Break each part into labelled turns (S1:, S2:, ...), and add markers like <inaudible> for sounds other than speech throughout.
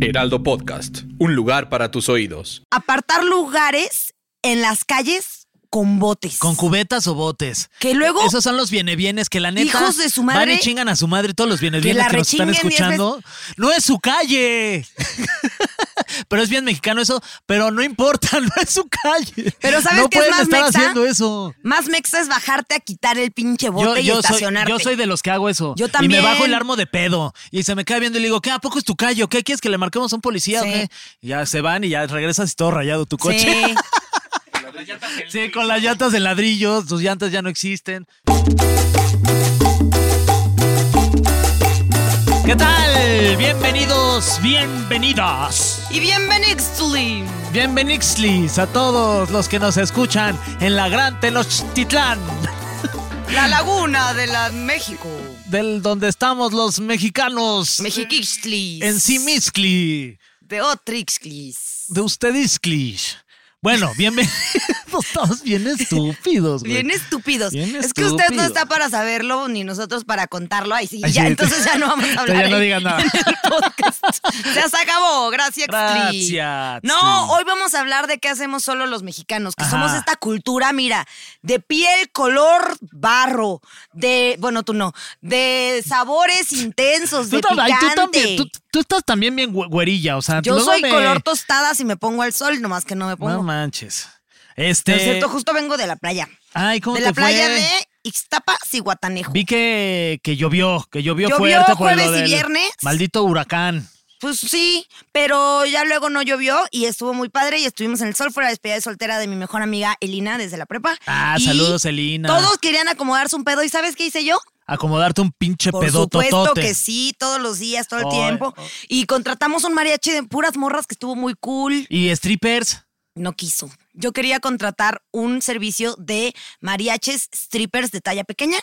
S1: Heraldo Podcast, un lugar para tus oídos.
S2: apartar lugares en las calles con botes.
S3: Con cubetas o botes. E-,
S2: Que luego-
S3: Esos son los bienes que la neta.
S2: Hijos de su madre.
S3: Van y chingan a su madre todos los bienes
S2: Que la
S3: que nos están
S2: rechinguen diez
S3: escuchando. ¡No es su calle! <laughs> pero es bien mexicano eso. Pero no importa, <laughs> no es su calle.
S2: Pero ¿sabes
S3: no
S2: qué es
S3: pueden
S2: más
S3: estar
S2: mexa?
S3: haciendo eso.
S2: Más mexa es bajarte a quitar el pinche
S3: Yo,
S2: bote y
S3: yo soy,
S2: estacionarte.
S3: yo soy de los que hago eso.
S2: Yo
S3: Y
S2: también.
S3: me bajo el armo de pedo. Y se me cae viendo y le digo, ¿qué? ¿A poco es tu calle? ¿O qué quieres que le marquemos a un policía?
S2: Sí.
S3: o qué? Y ya se van y ya regresas y todo rayado tu coche.
S2: Sí.
S3: Sí, con las llantas de ladrillos, tus llantas ya no existen. ¿Qué tal? Bienvenidos, bienvenidas,
S2: <laughs> Y bienvenidos, Tuli.
S3: bienvenixlis a todos los que nos escuchan en la gran Tenochtitlán,
S2: La laguna de la México.
S3: del donde estamos los mexicanos
S2: Mexiquixtlis.
S3: en Simixli,
S2: De Otrixtlis.
S3: de Ustediscli. Bueno, bienvenidos, estamos bien estúpidos, güey.
S2: Bien estúpidos.
S3: Bien
S2: es que usted no
S3: estúpido.
S2: está para saberlo, ni nosotros para contarlo. Ay, sí,
S3: Ay,
S2: ya,
S3: sí,
S2: entonces ya no vamos a hablar.
S3: <laughs> ya no
S2: en-
S3: digan nada.
S2: en el podcast. ya se acabó. Gracias, Tli.
S3: Gracias,
S2: No,
S3: Tli.
S2: hoy vamos a hablar de qué hacemos solo los mexicanos, que
S3: Ajá.
S2: somos esta cultura, mira, de piel color barro, de, bueno, tú no, de sabores intensos, de
S3: Tú, tam- ay,
S2: picante.
S3: tú también, tú, tú estás también bien güe- güerilla, o sea,
S2: Yo
S3: luego
S2: soy
S3: me-
S2: color tostada si me pongo al sol, nomás que no me pongo.
S3: No manches.
S2: Por
S3: Este.
S2: cierto, justo vengo de la playa.
S3: Ay, ¿cómo
S2: De
S3: te
S2: la
S3: fue?
S2: playa de Ixtapa, Cihuatanejo.
S3: Vi que, que llovió, que llovió,
S2: Llovió
S3: fuerte por lo
S2: jueves y
S3: del
S2: viernes.
S3: Maldito huracán.
S2: Pues sí, pero ya luego no llovió y estuvo muy padre y estuvimos en el sol, fue la despedida de soltera de mi mejor amiga Elina desde la prepa.
S3: Ah,
S2: Y
S3: saludos, Elina.
S2: Todos querían acomodarse un pedo y ¿sabes qué hice yo?
S3: Acomodarte un pinche
S2: Por
S3: pedototote.
S2: supuesto que sí, todos los días, todo el
S3: Ay,
S2: tiempo.
S3: ay.
S2: Y contratamos un mariachi de puras morras que estuvo muy cool.
S3: Y strippers.
S2: No quiso. Yo quería contratar un servicio de mariaches strippers de talla
S3: <laughs>
S2: pequeña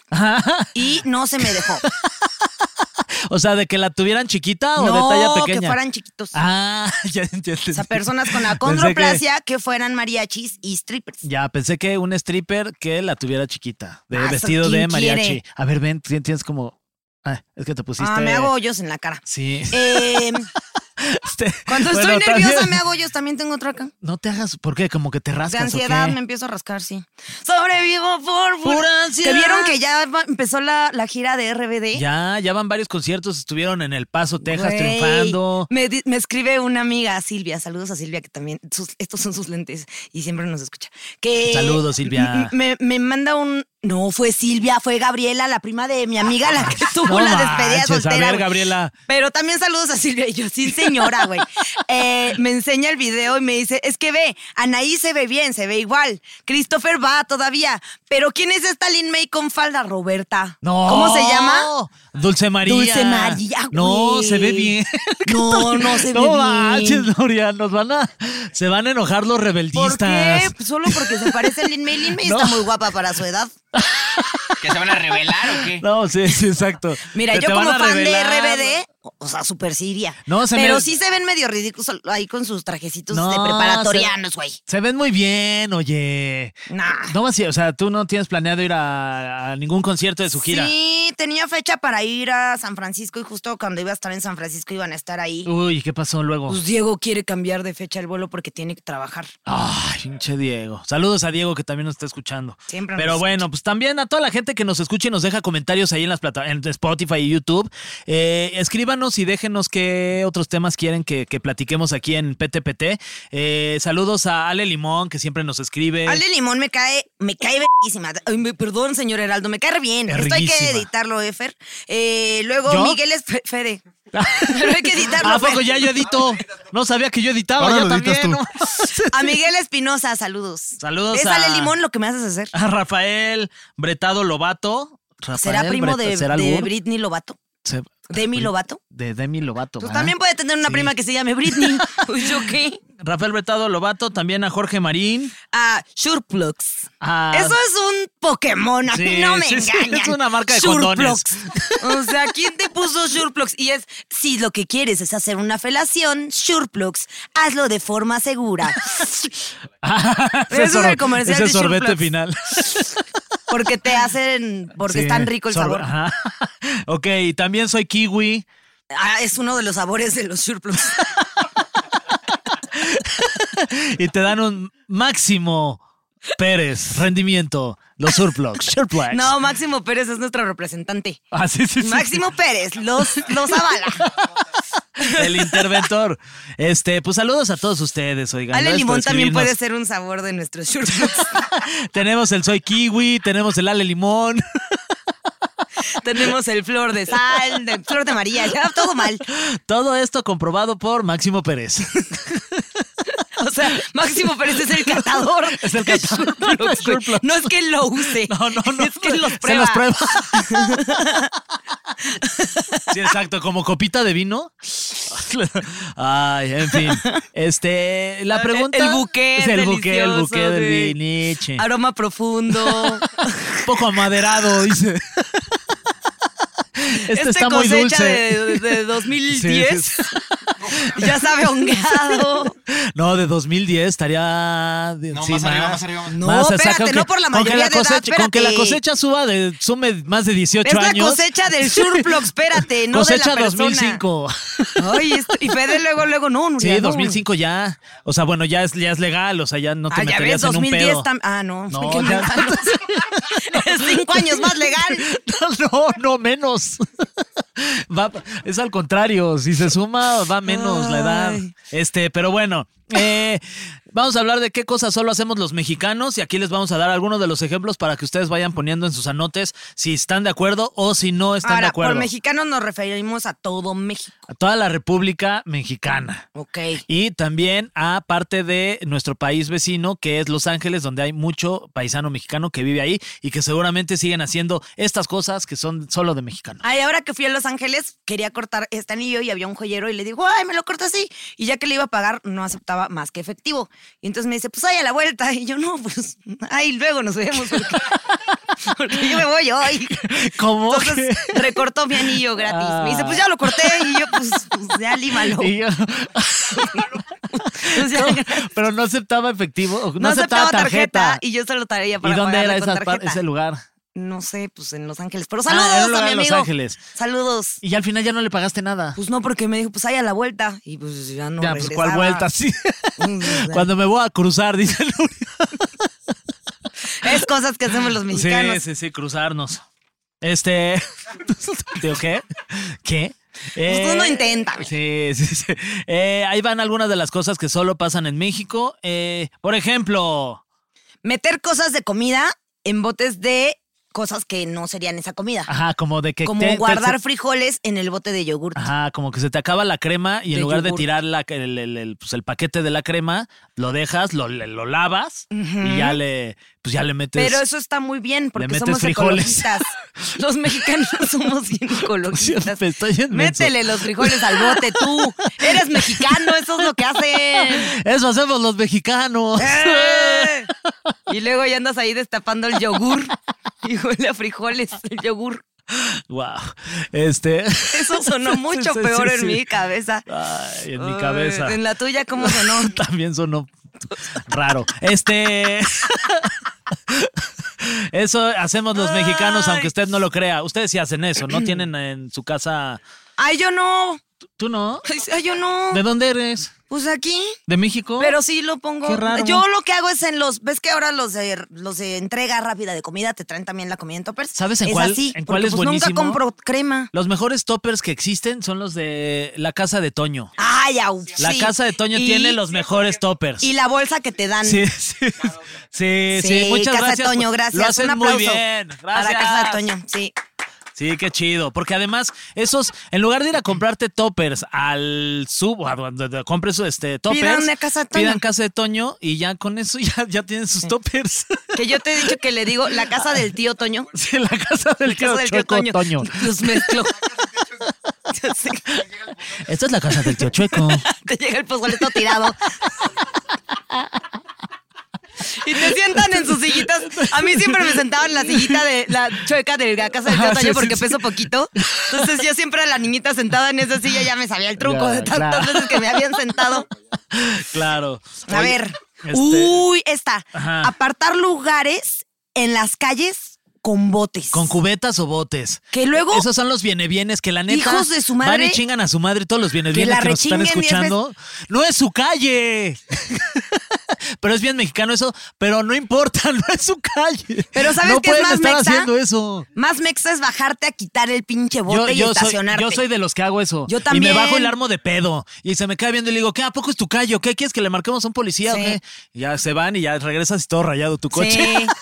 S2: y no se me dejó.
S3: O sea, de que la tuvieran chiquita <laughs> o
S2: no,
S3: de talla pequeña.
S2: que fueran chiquitos.
S3: Ah, <laughs> ya entiendes.
S2: O sea, personas con
S3: <laughs> Pensé que-
S2: acondroplasia que... fueran mariachis y strippers.
S3: Ya, pensé que un stripper que la tuviera chiquita, de
S2: Ah, eso
S3: vestido de
S2: quién
S3: mariachi.
S2: quiere.
S3: A ver, ven, tien- tienes como. Ah, es que te pusiste.
S2: Ah, me hago hoyos en la <laughs> cara.
S3: Sí.
S2: Eh,
S3: Este,
S2: cuando
S3: bueno,
S2: estoy nerviosa <laughs>
S3: también-
S2: me hago hoyos, también tengo otra acá.
S3: No te hagas, ¿por qué? Como que te rascas.
S2: De
S3: o
S2: ansiedad
S3: qué?
S2: me empiezo a rascar, sí. Sobrevivo por
S3: Pura
S2: pura
S3: ansiedad.
S2: ¿Que vieron que ya va- empezó la, la gira de RBD?
S3: Ya, ya van varios conciertos, estuvieron en El Paso, Texas,
S2: Güey,
S3: triunfando.
S2: Me, di- me escribe una amiga, Silvia. Saludos a Silvia, que también sus- estos son sus lentes y siempre nos escucha. Que
S3: Saludos,
S2: m-
S3: Silvia.
S2: Me, me manda un. No, fue Silvia, fue Gabriela, la prima de mi amiga, la que tuvo
S3: <laughs> No
S2: la despedida
S3: manches,
S2: soltera.
S3: A ver,
S2: güey.
S3: Gabriela.
S2: Pero también saludos a Silvia y yo, sí, señora, güey. Eh, me enseña el video y me dice, es que ve, Anaí se ve bien, se ve igual. Christopher va todavía. Pero ¿quién es esta Lin May con falda, Roberta?
S3: No.
S2: ¿Cómo se llama?
S3: Dulce María.
S2: Dulce María, güey.
S3: No, se ve bien. <laughs>
S2: No, no se ve
S3: No
S2: bien.
S3: manches, Nuria, nos van a. Se van a enojar los
S2: ¿Por
S3: rebeldistas.
S2: qué? Pues Solo porque se parece a Lin May. Lin May
S3: <laughs> No.
S2: está muy guapa para su edad.
S4: ¿Que se van a revelar o qué?
S3: No, sí, sí, exacto.
S2: Mira,
S3: Que
S2: yo
S3: te van
S2: como
S3: a
S2: fan
S3: revelar.
S2: de RBD, o- o sea, super siria.
S3: No, se me-
S2: Pero sí se ven medio ridículos ahí con sus trajecitos
S3: No,
S2: pues, de
S3: se-
S2: preparatorianos, güey. Mm.
S3: Se ven muy bien, oye.
S2: Nah.
S3: No, así, o sea, tú no tienes planeado ir a, a ningún concierto de su gira.
S2: Sí, tenía fecha para ir a San Francisco y justo cuando iba a estar en San Francisco iban a estar ahí.
S3: Uy, ¿qué pasó luego?
S2: Pues Diego quiere cambiar de fecha el vuelo porque tiene que trabajar.
S3: Ay, pinche Diego. Saludos a Diego que también nos está escuchando.
S2: Siempre nos
S3: Pero bueno, pues también a toda la gente que nos escucha y nos deja comentarios ahí en las plataformas, en Spotify y YouTube. Eh, escríbanos y déjenos qué otros temas quieren que, que platiquemos aquí en PTPT. Eh, saludos a Ale Limón que siempre nos escribe.
S2: Ale Limón me cae, me cae bellísima. Ay, me- Perdón, señor Heraldo, me cae re bien.
S3: Es
S2: Esto hay que
S3: riquísima.
S2: editarlo, Efer. Eh, luego
S3: ¿Yo?
S2: Miguel es Fe-
S3: <laughs>
S2: Fede. Pero hay que editarlo.
S3: Ah, ¿A poco
S2: Fer.
S3: ya yo <laughs> edito? No sabía que yo editaba,
S5: Ahora
S3: ya
S5: lo editas
S3: también.
S5: tú.
S3: <laughs> ¿no?
S2: A Miguel Espinosa, saludos.
S3: Saludos
S2: Es
S3: a- Ah,
S2: Ale Limón lo que me haces hacer.
S3: A Rafael Bretado Lobato. Rafael
S2: ¿Será primo
S3: Breta-
S2: de,
S3: ¿será
S2: de
S3: albur?
S2: Britney Lobato?
S3: se-
S2: ¿Demi Lovato?
S3: De Demi Lovato.
S2: Pues
S3: ¿verdad?
S2: también puede tener una
S3: Ah, Sí.
S2: prima que se llame
S3: <laughs>
S2: Britney. Pues yo qué.
S3: Rafael Bertado Lovato, también a Jorge <laughs> Marín.
S2: Ah, Surplux.
S3: a-
S2: Eso es un Pokémon, a mí
S3: Ah. Sí,
S2: no me
S3: sí, sí,
S2: engañan.
S3: es una marca de
S2: Surplus.
S3: condones.
S2: O sea, ¿quién te puso Surplux? Y es, si lo que quieres es hacer una felación, Surplux, hazlo de forma segura.
S3: Ah, Ese
S2: Eso es el
S3: sor-
S2: comercial
S3: ese
S2: de
S3: sorbete
S2: Surplus.
S3: final.
S2: Porque te hacen, <laughs> porque
S3: Sí.
S2: es tan rico el
S3: Sorbe-
S2: sabor. <laughs>
S3: Ajá. Ok, y también soy kiwi.
S2: Ah, es uno de los sabores de los Surplus.
S3: Y te dan un máximo Pérez, rendimiento,
S2: <laughs>
S3: los surplugs. surplugs.
S2: No, Máximo Pérez es nuestro representante.
S3: Ah, sí, sí, sí. <laughs>
S2: Máximo Pérez, los, los avala.
S3: El interventor. Este, pues saludos a todos ustedes, oigan.
S2: Ale
S3: gracias por
S2: Limón también
S3: escribirnos.
S2: puede ser un sabor de nuestros Surplus.
S3: <laughs> Tenemos el Soy Kiwi, tenemos el Ale Limón. <laughs>
S2: Tenemos el flor de sal, el flor de María, ya todo mal.
S3: Todo esto comprobado por Máximo Pérez.
S2: O sea, Máximo Pérez es el
S3: <laughs>
S2: catador.
S3: Es el
S2: de
S3: catador
S2: Surplus,
S3: de
S2: güey.
S3: Surplus.
S2: No es que lo use. <laughs>
S3: No, no, no.
S2: Es que los
S3: Se
S2: prueba.
S3: los prueba.
S2: <laughs>
S3: sí, exacto, como copita de vino. Ay, en fin. Este, la pregunta.
S2: El buque.
S3: Es el buque, el
S2: delicioso
S3: buque del
S2: de
S3: viniche.
S2: Aroma profundo.
S3: Un poco
S2: <laughs>
S3: amaderado, dice. <laughs> Este,
S2: Este
S3: está muy
S2: cosecha
S3: dulce.
S2: De, de 2010.
S3: Sí,
S2: <laughs> Ya sabe a hongado.
S3: No, de 2010 estaría. de-
S4: No,
S3: sí,
S4: más arriba, más arriba, más arriba.
S2: No, espérate,
S3: con
S2: no por la
S3: con que
S2: mayoría de edad,
S3: cosecha- Con que la
S2: espérate.
S3: cosecha suba de, sume más de 18
S2: Es la
S3: años.
S2: cosecha
S3: <laughs>
S2: del Surplus, espérate, no
S3: cosecha
S2: de la persona.
S3: 2005.
S2: Ay, esto- y Fede luego, luego, no,
S3: <laughs> Sí,
S2: Nuria, no.
S3: 2005 ya. O sea, bueno, ya es, ya es legal, o sea, ya no te
S2: Ah, ya
S3: meterías
S2: ves,
S3: en un
S2: 2010
S3: pedo.
S2: tam- Ah, no.
S3: No,
S2: qué
S3: ya-
S2: mala. <laughs> Es cinco años más legal.
S3: <laughs> No, no, menos. <laughs> Va- es al contrario, si se suma va menos la edad.
S2: Ay.
S3: Este, pero bueno, eh, vamos a hablar de qué cosas solo hacemos los mexicanos y aquí les vamos a dar algunos de los ejemplos para que ustedes vayan poniendo en sus anotes si están de acuerdo o si no están de
S2: Ahora,
S3: acuerdo.
S2: por mexicanos nos referimos a todo México.
S3: A toda la República Mexicana.
S2: Ok.
S3: Y también a parte de nuestro país vecino, que es Los Ángeles, donde hay mucho paisano mexicano que vive ahí y que seguramente siguen haciendo estas cosas que son solo de mexicanos.
S2: Ay, ahora que fui a Los Ángeles, quería cortar este anillo y había un joyero y le digo, ay, me lo corto así. Y ya que le iba a pagar, no aceptaba más que efectivo. Y entonces me dice, pues ay, a la vuelta. Y yo, no, pues, ay, luego nos vemos. Porque, <laughs> porque yo me voy hoy.
S3: ¿Cómo?
S2: Entonces <laughs> recortó mi anillo gratis. Me dice, pues ya lo corté. Y yo, pues, pues, ya límalo. <laughs>
S3: Y yo-
S2: O sea, <laughs>
S3: No, <laughs> pero no aceptaba efectivo, o Pues no,
S2: no
S3: aceptaba, tarjeta.
S2: y yo se lo traía
S3: ¿Y
S2: para
S3: dónde
S2: pagarle
S3: era
S2: con
S3: esa par-
S2: tarjeta.
S3: ese lugar?
S2: No sé, pues en Los Ángeles. Pero
S3: Ah, era un
S2: saludos a
S3: lugar
S2: mi
S3: en
S2: amigo.
S3: Los Ángeles.
S2: Saludos.
S3: Y al final ya no le pagaste nada.
S2: Pues no, porque me dijo, pues ahí a la vuelta. Y pues ya no.
S3: ya, pues cuál
S2: regresaba.
S3: vuelta, <laughs> sí.
S2: <laughs> Mm,
S3: <laughs> Cuando me voy a cruzar, dice el
S2: Es cosas que hacemos los mexicanos.
S3: Sí, sí, sí, cruzarnos. Este. <laughs> ¿Digo qué? ¿Qué? Eh,
S2: Pues tú no intenta.
S3: Sí, sí, sí. Eh, ahí van algunas de las cosas que solo pasan en México. Eh, por ejemplo,
S2: Meter cosas de comida en botes de cosas que no serían esa comida.
S3: ajá, como de que.
S2: Como
S3: te- te-
S2: guardar frijoles en el bote de yogur.
S3: Ajá, como que se te acaba la crema y en
S2: De
S3: lugar de
S2: yogur.
S3: tirar la- el, el- el, pues, el paquete de la crema, lo dejas, lo, le- lo lavas y ya le, pues ya le metes.
S2: Pero eso está muy bien porque
S3: metes
S2: somos
S3: frijoles. <laughs>
S2: ecologistas. Los mexicanos somos bien ecologistas.
S3: Siempre estoy en menso.
S2: Métele los frijoles al bote tú. Eres mexicano, eso es lo que
S3: <laughs>
S2: hacen.
S3: Eso hacemos los mexicanos. <laughs>
S2: ¡Eh! Y luego ya andas ahí destapando el yogur y huele a frijoles el yogur.
S3: wow. Este.
S2: Eso sonó
S3: <laughs> Sí,
S2: mucho
S3: sí,
S2: peor
S3: sí,
S2: en
S3: sí.
S2: mi cabeza.
S3: Ay, en mi
S2: Ay,
S3: cabeza.
S2: En la tuya, ¿cómo sonó?
S3: <laughs> También sonó raro. Este. <laughs> Eso hacemos los mexicanos, aunque usted no lo crea. Ustedes sí hacen eso,
S2: <clears throat>
S3: ¿no? Tienen en su casa.
S2: Ay, yo no.
S3: ¿Tú no?
S2: Ay, yo no.
S3: ¿De dónde eres?
S2: Pues aquí.
S3: ¿De México?
S2: Pero sí lo pongo.
S3: Qué raro.
S2: Yo lo que hago es en los. ¿Ves que ahora los de, los de entrega rápida de comida te traen también la comida en toppers?
S3: ¿Sabes en
S2: es
S3: cuál-
S2: así, porque,
S3: en cuál es
S2: pues,
S3: buenísimo?
S2: Nunca compro crema.
S3: Los mejores toppers que existen son los de la casa de Toño.
S2: Ay, au,
S3: La
S2: sí.
S3: casa de Toño
S2: Y-
S3: tiene los mejores toppers.
S2: Y la bolsa que te dan.
S3: Sí, sí, <laughs> sí, sí,
S2: Sí,
S3: Muchas
S2: Casa
S3: gracias.
S2: Toño, gracias.
S3: Lo hacen
S2: Un
S3: muy
S2: aplauso
S3: bien. Gracias.
S2: Para Casa de Toño, sí.
S3: Sí, qué chido. Porque además, esos, en lugar de ir a comprarte toppers al sub, o a donde te compres este toppers,
S2: Pidan de Casa de Toño.
S3: pidan casa de Toño y ya con eso ya, ya tienen sus toppers. <laughs>
S2: Que yo te he dicho que le digo la casa del tío Toño.
S3: Sí, la casa del
S2: La casa
S3: tío
S2: del tío
S3: Choco
S2: Toño.
S3: <laughs> Toño.
S2: Los mezclo. <laughs> Yo sí.
S3: Esta es la casa del
S2: <laughs>
S3: tío Chueco.
S2: Te llega el pozolito tirado. Y te sientan en sus sillitas. A mí siempre me sentaban en la sillita de la chueca de la casa del tío
S3: Ah, sí,
S2: Toño
S3: sí,
S2: porque
S3: sí.
S2: peso poquito. Entonces yo siempre a la niñita sentada en esa silla ya me sabía el truco
S3: Ya,
S2: de tantas
S3: claro.
S2: veces que me habían sentado.
S3: claro.
S2: A
S3: Oye,
S2: ver.
S3: este,
S2: Uy, esta.
S3: Ajá.
S2: Apartar lugares en las calles con botes.
S3: Con cubetas o botes.
S2: Que luego-
S3: Esos son los viene bienes que la neta.
S2: Hijos de su madre.
S3: Van y chingan a su madre todos los viene
S2: Que
S3: bienes
S2: la
S3: que nos están
S2: rechinguen diez
S3: escuchando. ¡No es su calle! <laughs> pero es bien mexicano eso, pero no importa, <laughs> no es su calle.
S2: Pero ¿sabes
S3: no
S2: qué es
S3: pueden
S2: más
S3: estar
S2: mexa?
S3: haciendo eso.
S2: Más mexa es bajarte a quitar el pinche bote y
S3: soy,
S2: estacionarte.
S3: yo soy de los que hago eso.
S2: Yo
S3: Y
S2: también.
S3: me bajo el armo de pedo. Y se me cae viendo y le digo, ¿qué? ¿A poco es tu callo? ¿Qué quieres que le marquemos a un policía? o
S2: Sí.
S3: qué?" Y ya se van y ya regresas y todo rayado tu coche. <laughs>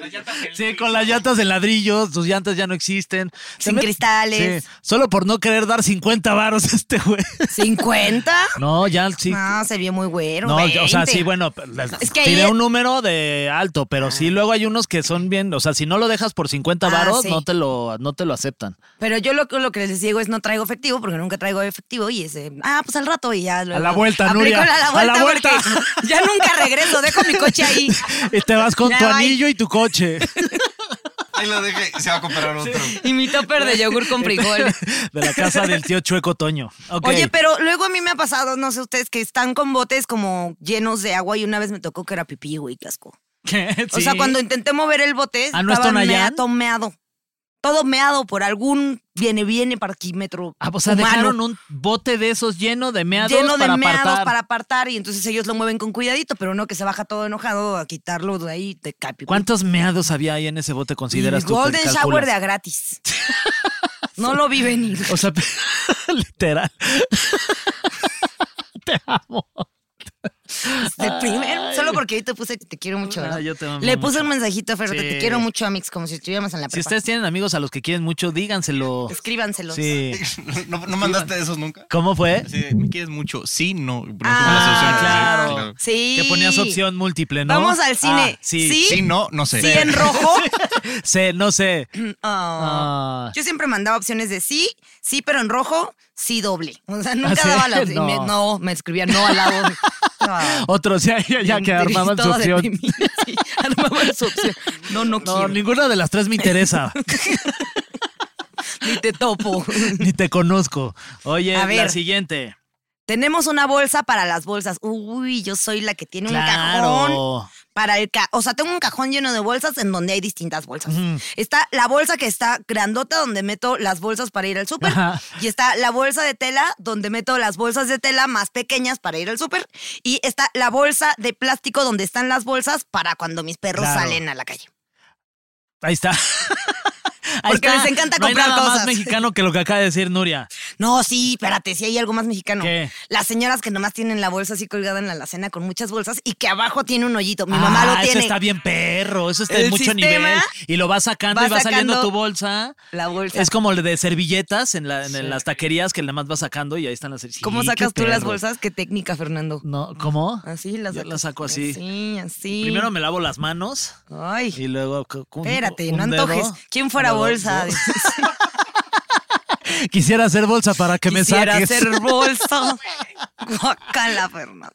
S2: Sí,
S3: Sí, con las llantas de ladrillos, tus llantas ya no existen. Se
S2: Sin cristales.
S3: Sí, solo por no querer dar 50 varos este güey.
S2: ¿50?
S3: <laughs> No, ya sí.
S2: No, se vio muy güero.
S3: No, yo- o sea,
S2: 20.
S3: sí, bueno, les
S2: Es que ahí
S3: tiré
S2: es-
S3: un número de alto, pero sí luego hay unos que son bien, o sea, si no lo dejas por 50
S2: Ah,
S3: varos,
S2: sí.
S3: no te lo no te lo aceptan.
S2: Pero yo lo, que- lo que les digo es no traigo efectivo porque nunca traigo efectivo y ese, ah, pues al rato y ya. luego
S3: la vuelta,
S2: aplico
S3: Nuria,
S2: el A la vuelta.
S3: a la vuelta.
S2: porque <laughs> Ya nunca regreso, dejo mi coche ahí.
S3: Y te vas con
S2: Ya,
S3: tu
S2: bye.
S3: anillo y tu coche.
S5: Ahí lo dejé, se va a comprar otro.
S2: <laughs> Y mi topper de yogur con <laughs> frijol.
S3: <laughs> De la casa del tío Chueco Toño. Ok.
S2: Oye, pero luego a mí me ha pasado, no sé ustedes, que están con botes como llenos de agua y una vez me tocó que era pipí, güey, casco.
S3: <laughs> ¿Qué?
S2: O sea,
S3: Sí.
S2: cuando intenté mover el bote,
S3: Ah, ¿no es
S2: estaba
S3: Tonayán?
S2: mea- tomeado. Todo meado por algún viene, viene parquímetro.
S3: Ah, o sea,
S2: humano.
S3: dejaron un bote de esos lleno de meados
S2: lleno de
S3: para
S2: meados
S3: apartar.
S2: para apartar y entonces ellos lo mueven con cuidadito, pero no que se baja todo enojado a quitarlo de ahí te cae pipí.
S3: ¿Cuántos meados había ahí en ese bote
S2: Y
S3: consideras tú? que
S2: Golden shower
S3: calculas?
S2: de a
S3: <laughs>
S2: gratis. no lo vi venir.
S3: O sea, <laughs> literal. Te amo.
S2: De primer, solo porque ahorita puse que te quiero mucho, ¿verdad?
S3: Ah, yo te amo
S2: Le puse
S3: mucho.
S2: un mensajito a Fer, de
S3: Sí.
S2: te quiero mucho, Amix, como si estuviéramos en la
S3: Si
S2: prepa.
S3: ustedes tienen amigos a los que quieren mucho, díganselo.
S2: Escríbanselos.
S3: Sí.
S5: <laughs> ¿No, no mandaste esos nunca?
S3: ¿Cómo fue?
S5: Sí, me quieres mucho. Sí, no. por ejemplo, las
S2: Ah,
S5: opciones,
S3: claro.
S5: sí,
S2: Sí.
S3: Que ponías opción múltiple, ¿no?
S2: Vamos al cine.
S3: Ah, sí.
S2: ¿Sí?
S5: Sí, no, no sé.
S2: Sí en rojo.
S3: <laughs> Sé, no sé.
S2: <clears throat> Ah.
S3: Ah.
S2: Yo siempre mandaba opciones de sí, sí, pero en rojo, sí doble. O sea, nunca
S3: ¿Ah, sí?
S2: daba la opción.
S3: No.
S2: Me- No. me escribía no al lado.
S3: <laughs>
S2: Ah.
S3: Otro, ya, ya, ya que armaban su
S2: Toda
S3: opción.
S2: deprimida, <laughs> sí, armaban su opción. No, no,
S3: No,
S2: quiero. Ni,
S3: ninguna de las tres
S2: <laughs>
S3: me interesa.
S2: te topo.
S3: Ni te conozco. Oye,
S2: A
S3: la
S2: ver.
S3: siguiente.
S2: Tenemos una bolsa para las bolsas. Uy, yo soy la que tiene un cajón.
S3: Claro.
S2: Para el ca o sea, tengo un cajón lleno de bolsas en donde hay distintas bolsas. Está la bolsa que está grandota donde meto las bolsas para ir al súper.
S3: Ajá.
S2: Y está la bolsa de tela donde meto las bolsas de tela más pequeñas para ir al súper. Y está la bolsa de plástico donde están las bolsas para cuando mis perros
S3: Claro.
S2: salen a la calle.
S3: Ahí
S2: <laughs>
S3: está. Ahí
S2: Porque les encanta
S3: no hay
S2: comprar
S3: nada más
S2: cosas.
S3: mexicano que lo que acaba de decir Nuria.
S2: No, sí, espérate, sí hay algo más mexicano.
S3: ¿Qué?
S2: Las señoras que nomás tienen la bolsa así colgada en la alacena con muchas bolsas y que abajo tiene un hoyito. Mi mamá lo
S3: Ah,
S2: tiene.
S3: Eso está bien perro, eso está en
S2: El
S3: mucho
S2: sistema
S3: nivel. Y lo vas sacando
S2: va
S3: y va saliendo
S2: sacando
S3: tu bolsa.
S2: La bolsa.
S3: Es como el de servilletas en, la- en- en las taquerías que nada más vas sacando y ahí están las servilletas.
S2: ¿Cómo sacas tú las bolsas? ¿Qué técnica, Fernando?
S3: No, ¿Cómo?
S2: Así las
S3: Yo
S2: sacas.
S3: las saco así.
S2: Así, así.
S3: Primero me lavo las manos
S2: Ay,
S3: y luego. cu- cu- un-
S2: espérate,
S3: un
S2: no
S3: dedo,
S2: antojes. ¿Quién fuera
S3: luego-
S2: bolsa?
S3: <laughs>
S2: <laughs>
S3: Quisiera hacer bolsa para que
S2: Quisiera
S3: me saques.
S2: hacer bolsa. Guacala, Fernando.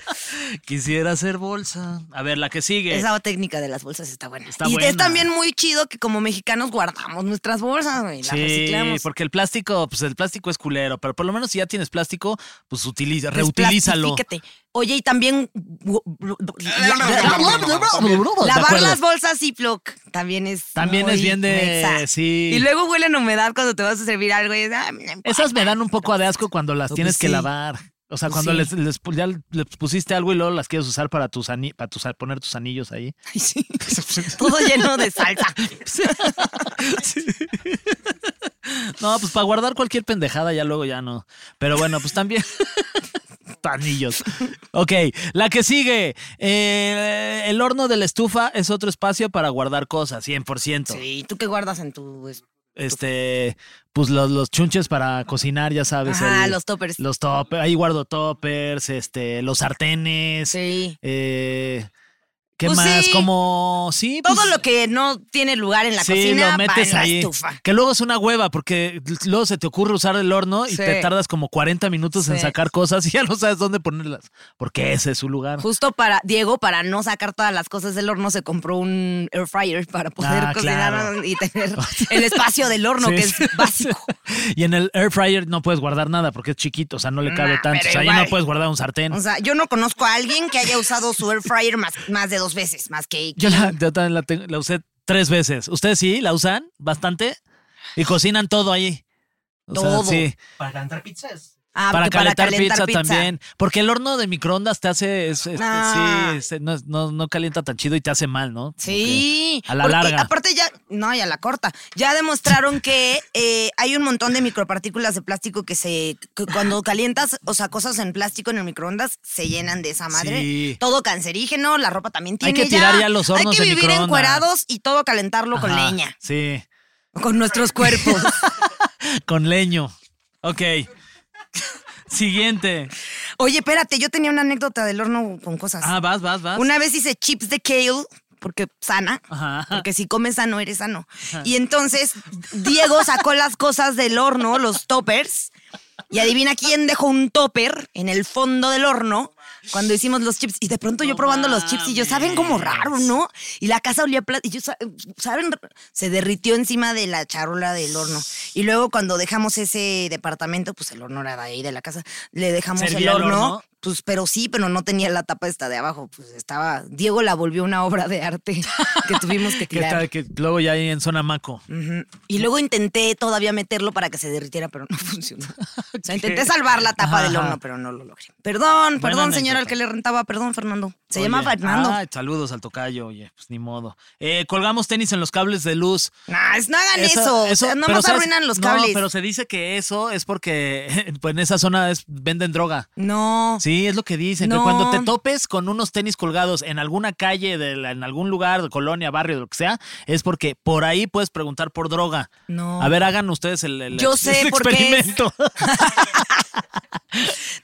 S3: <laughs> Quisiera hacer bolsa. A ver, la que sigue.
S2: Esa técnica de las bolsas está buena.
S3: Está
S2: y
S3: buena.
S2: es también muy chido que como mexicanos guardamos nuestras bolsas güey, y las
S3: Sí,
S2: reciclamos.
S3: porque el plástico, pues el plástico es culero, pero por lo menos si ya tienes plástico, pues utiliza, reutilízalo.
S2: Desplastifícate. Oye, y también lavar
S3: acuerdo.
S2: las bolsas Ziploc también es
S3: También es
S2: muy
S3: bien de-
S2: mexa.
S3: sí.
S2: Y luego huelen a humedad cuando te vas a servir algo y es, ah, mira,
S3: Esas me dan un poco de asco cuando las
S2: Pues
S3: tienes que
S2: sí.
S3: lavar. O sea,
S2: Pues
S3: cuando
S2: sí.
S3: les, les pu- ya les pusiste algo y luego las quieres usar para tus ani- para tus, poner tus anillos ahí.
S2: <laughs>
S3: <laughs>
S2: sí. todo lleno de salsa.
S3: No, pues para guardar cualquier pendejada ya luego ya no. Pero bueno, pues también. <laughs> Anillos. Ok, la que sigue. Eh, el horno de la estufa es otro espacio para guardar cosas, 100%.
S2: Sí, ¿tú qué guardas en tu...? es-
S3: Este, pues los, los chunches para cocinar, ya sabes.
S2: Ajá,
S3: el-
S2: los toppers.
S3: Los toppers. Ahí guardo toppers, este, los sartenes.
S2: Sí.
S3: Eh, ¿Qué
S2: Pues
S3: más?
S2: sí.
S3: Como, sí.
S2: Todo
S3: pues,
S2: lo que no tiene lugar en la cocina va en la estufa.
S3: Que luego es una hueva, porque luego se te ocurre usar el horno y
S2: Sí.
S3: te tardas como 40 minutos en
S2: Sí.
S3: sacar cosas y ya no sabes dónde ponerlas. Porque ese es su lugar.
S2: Justo para Diego, para no sacar todas las cosas del horno, se compró un air fryer para poder
S3: Ah,
S2: cocinar
S3: claro.
S2: y
S3: <laughs>
S2: tener el espacio del horno,
S3: Sí,
S2: que
S3: sí.
S2: es básico.
S3: <laughs> Y en el air fryer no puedes guardar nada porque es chiquito, o sea, no le cabe
S2: Nah,
S3: tanto.
S2: pero
S3: O sea, ya
S2: igual.
S3: no puedes guardar un sartén.
S2: O sea, yo no conozco a alguien que haya usado su air fryer más, más de dos veces, más que
S3: Yo la, yo también la, tengo- la usé tres veces. ¿Ustedes sí la usan bastante? Y cocinan todo ahí. O sea,
S2: Todo.
S3: sí.
S4: Para cantar pizzas.
S2: Ah,
S3: para,
S2: que
S3: calentar, pizza, también. Porque el horno de microondas te hace. es- este,
S2: Nah.
S3: Sí, este, no, es- no- no calienta tan chido y te hace mal, ¿no?
S2: Sí,
S3: A la
S2: porque
S3: larga.
S2: Aparte ya, no, y a la corta. Ya
S3: <laughs>
S2: demostraron que eh, hay un montón de micropartículas de plástico que se, que
S3: <laughs>
S2: cuando calientas, o sea, cosas en plástico en el microondas se llenan de esa madre.
S3: Sí.
S2: Todo cancerígeno, la ropa también
S3: Hay
S2: tiene.
S3: que tirar ya los hornos
S2: Hay que
S3: de
S2: vivir
S3: microondas.
S2: encuerados y todo calentarlo con
S3: Ajá,
S2: leña,
S3: Sí,
S2: con nuestros
S3: <laughs>
S2: cuerpos.
S3: con leño. Ok. <laughs> Siguiente.
S2: Oye, espérate, yo tenía una anécdota del horno con cosas.
S3: Ah, vas, vas, vas.
S2: Una vez hice chips de kale, porque sana.
S3: Ajá.
S2: Porque si comes sano, eres sano. Y entonces Diego sacó las cosas del horno, los toppers. Y adivina quién dejó un topper en el fondo del horno cuando hicimos los chips. Y de pronto yo probando los chips y yo, saben como raro, ¿no? Y la casa olía a pla- Y yo, "Sa- ¿saben? Se derritió encima de la charola del horno. Y luego cuando dejamos ese departamento, pues el horno era de ahí, de la casa, le dejamos el
S3: ¿Servía el
S2: horno,
S3: horno?
S2: pues, pero sí, pero no tenía la tapa esta de abajo. Pues estaba. Diego la volvió una obra de
S3: <laughs>
S2: arte que tuvimos que
S3: Que, está-
S2: tirar.
S3: que luego ya ahí en zona maco.
S2: Ujú. Y luego intenté todavía meterlo para que se derritiera, pero no <laughs> funcionó. O sea, intenté salvar la tapa
S3: Ajá,
S2: del
S3: ajá.
S2: horno, pero no lo logré. Perdón,
S3: Buena
S2: perdón, señora, al
S3: anécdota.
S2: que le rentaba, perdón, Fernando. Se
S3: Oye, ah,
S2: llama Fernando.
S3: ay, saludos al tocayo, oye, pues ni modo. Eh, colgamos tenis en los cables de luz.
S2: Nah, es- no hagan eso. o sea,
S3: pero
S2: nomás
S3: ¿sabes?
S2: arruinan los
S3: No,
S2: cables.
S3: pero se dice que eso es porque <laughs> pues, en esa zona es- venden droga.
S2: No.
S3: Sí, es lo que dicen, que
S2: No.
S3: cuando te topes con unos tenis colgados en alguna calle, de la- en algún lugar, colonia, barrio, lo que sea, es porque por ahí puedes preguntar por droga.
S2: No.
S3: A ver, hagan ustedes el, el
S2: Yo
S3: ex-
S2: sé
S3: <laughs> el
S2: por qué es. <laughs>
S3: experimento.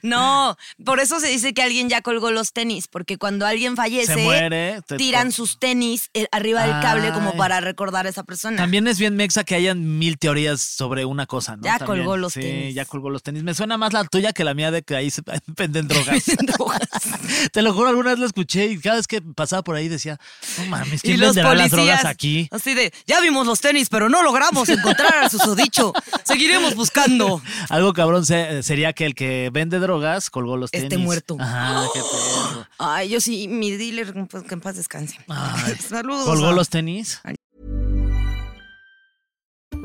S2: No, por eso se dice que alguien ya colgó los tenis, porque cuando alguien fallece,
S3: Se muere, te-
S2: tiran sus tenis eh, arriba del cable como
S3: Ay.
S2: para recordar a esa persona.
S3: También es bien mexa que hayan mil teorías sobre una cosa, ¿no?
S2: Ya
S3: También.
S2: colgó los
S3: sí,
S2: tenis.
S3: ya colgó los tenis. Me suena más la tuya que la mía de que ahí se <laughs>
S2: <laughs>
S3: venden drogas.
S2: Drogas.
S3: <laughs> Te lo juro, alguna vez lo escuché y cada vez que pasaba por ahí decía, no mames,
S2: Y
S3: ¿quién
S2: los
S3: venderá las
S2: policías
S3: drogas aquí?
S2: así de, ya vimos los tenis, pero no logramos encontrar a susodicho. Seguiremos buscando.
S3: Algo cabrón se- eh, sería que el que vende drogas colgó los tenis.
S2: Esté muerto. ¡Ah!
S3: Ajá, qué perro.
S2: Ay, yo sí, mi dealer, pues, que en paz descanse.
S3: Ay,
S2: <laughs> Saludos.
S3: Colgó
S2: a-
S3: los tenis.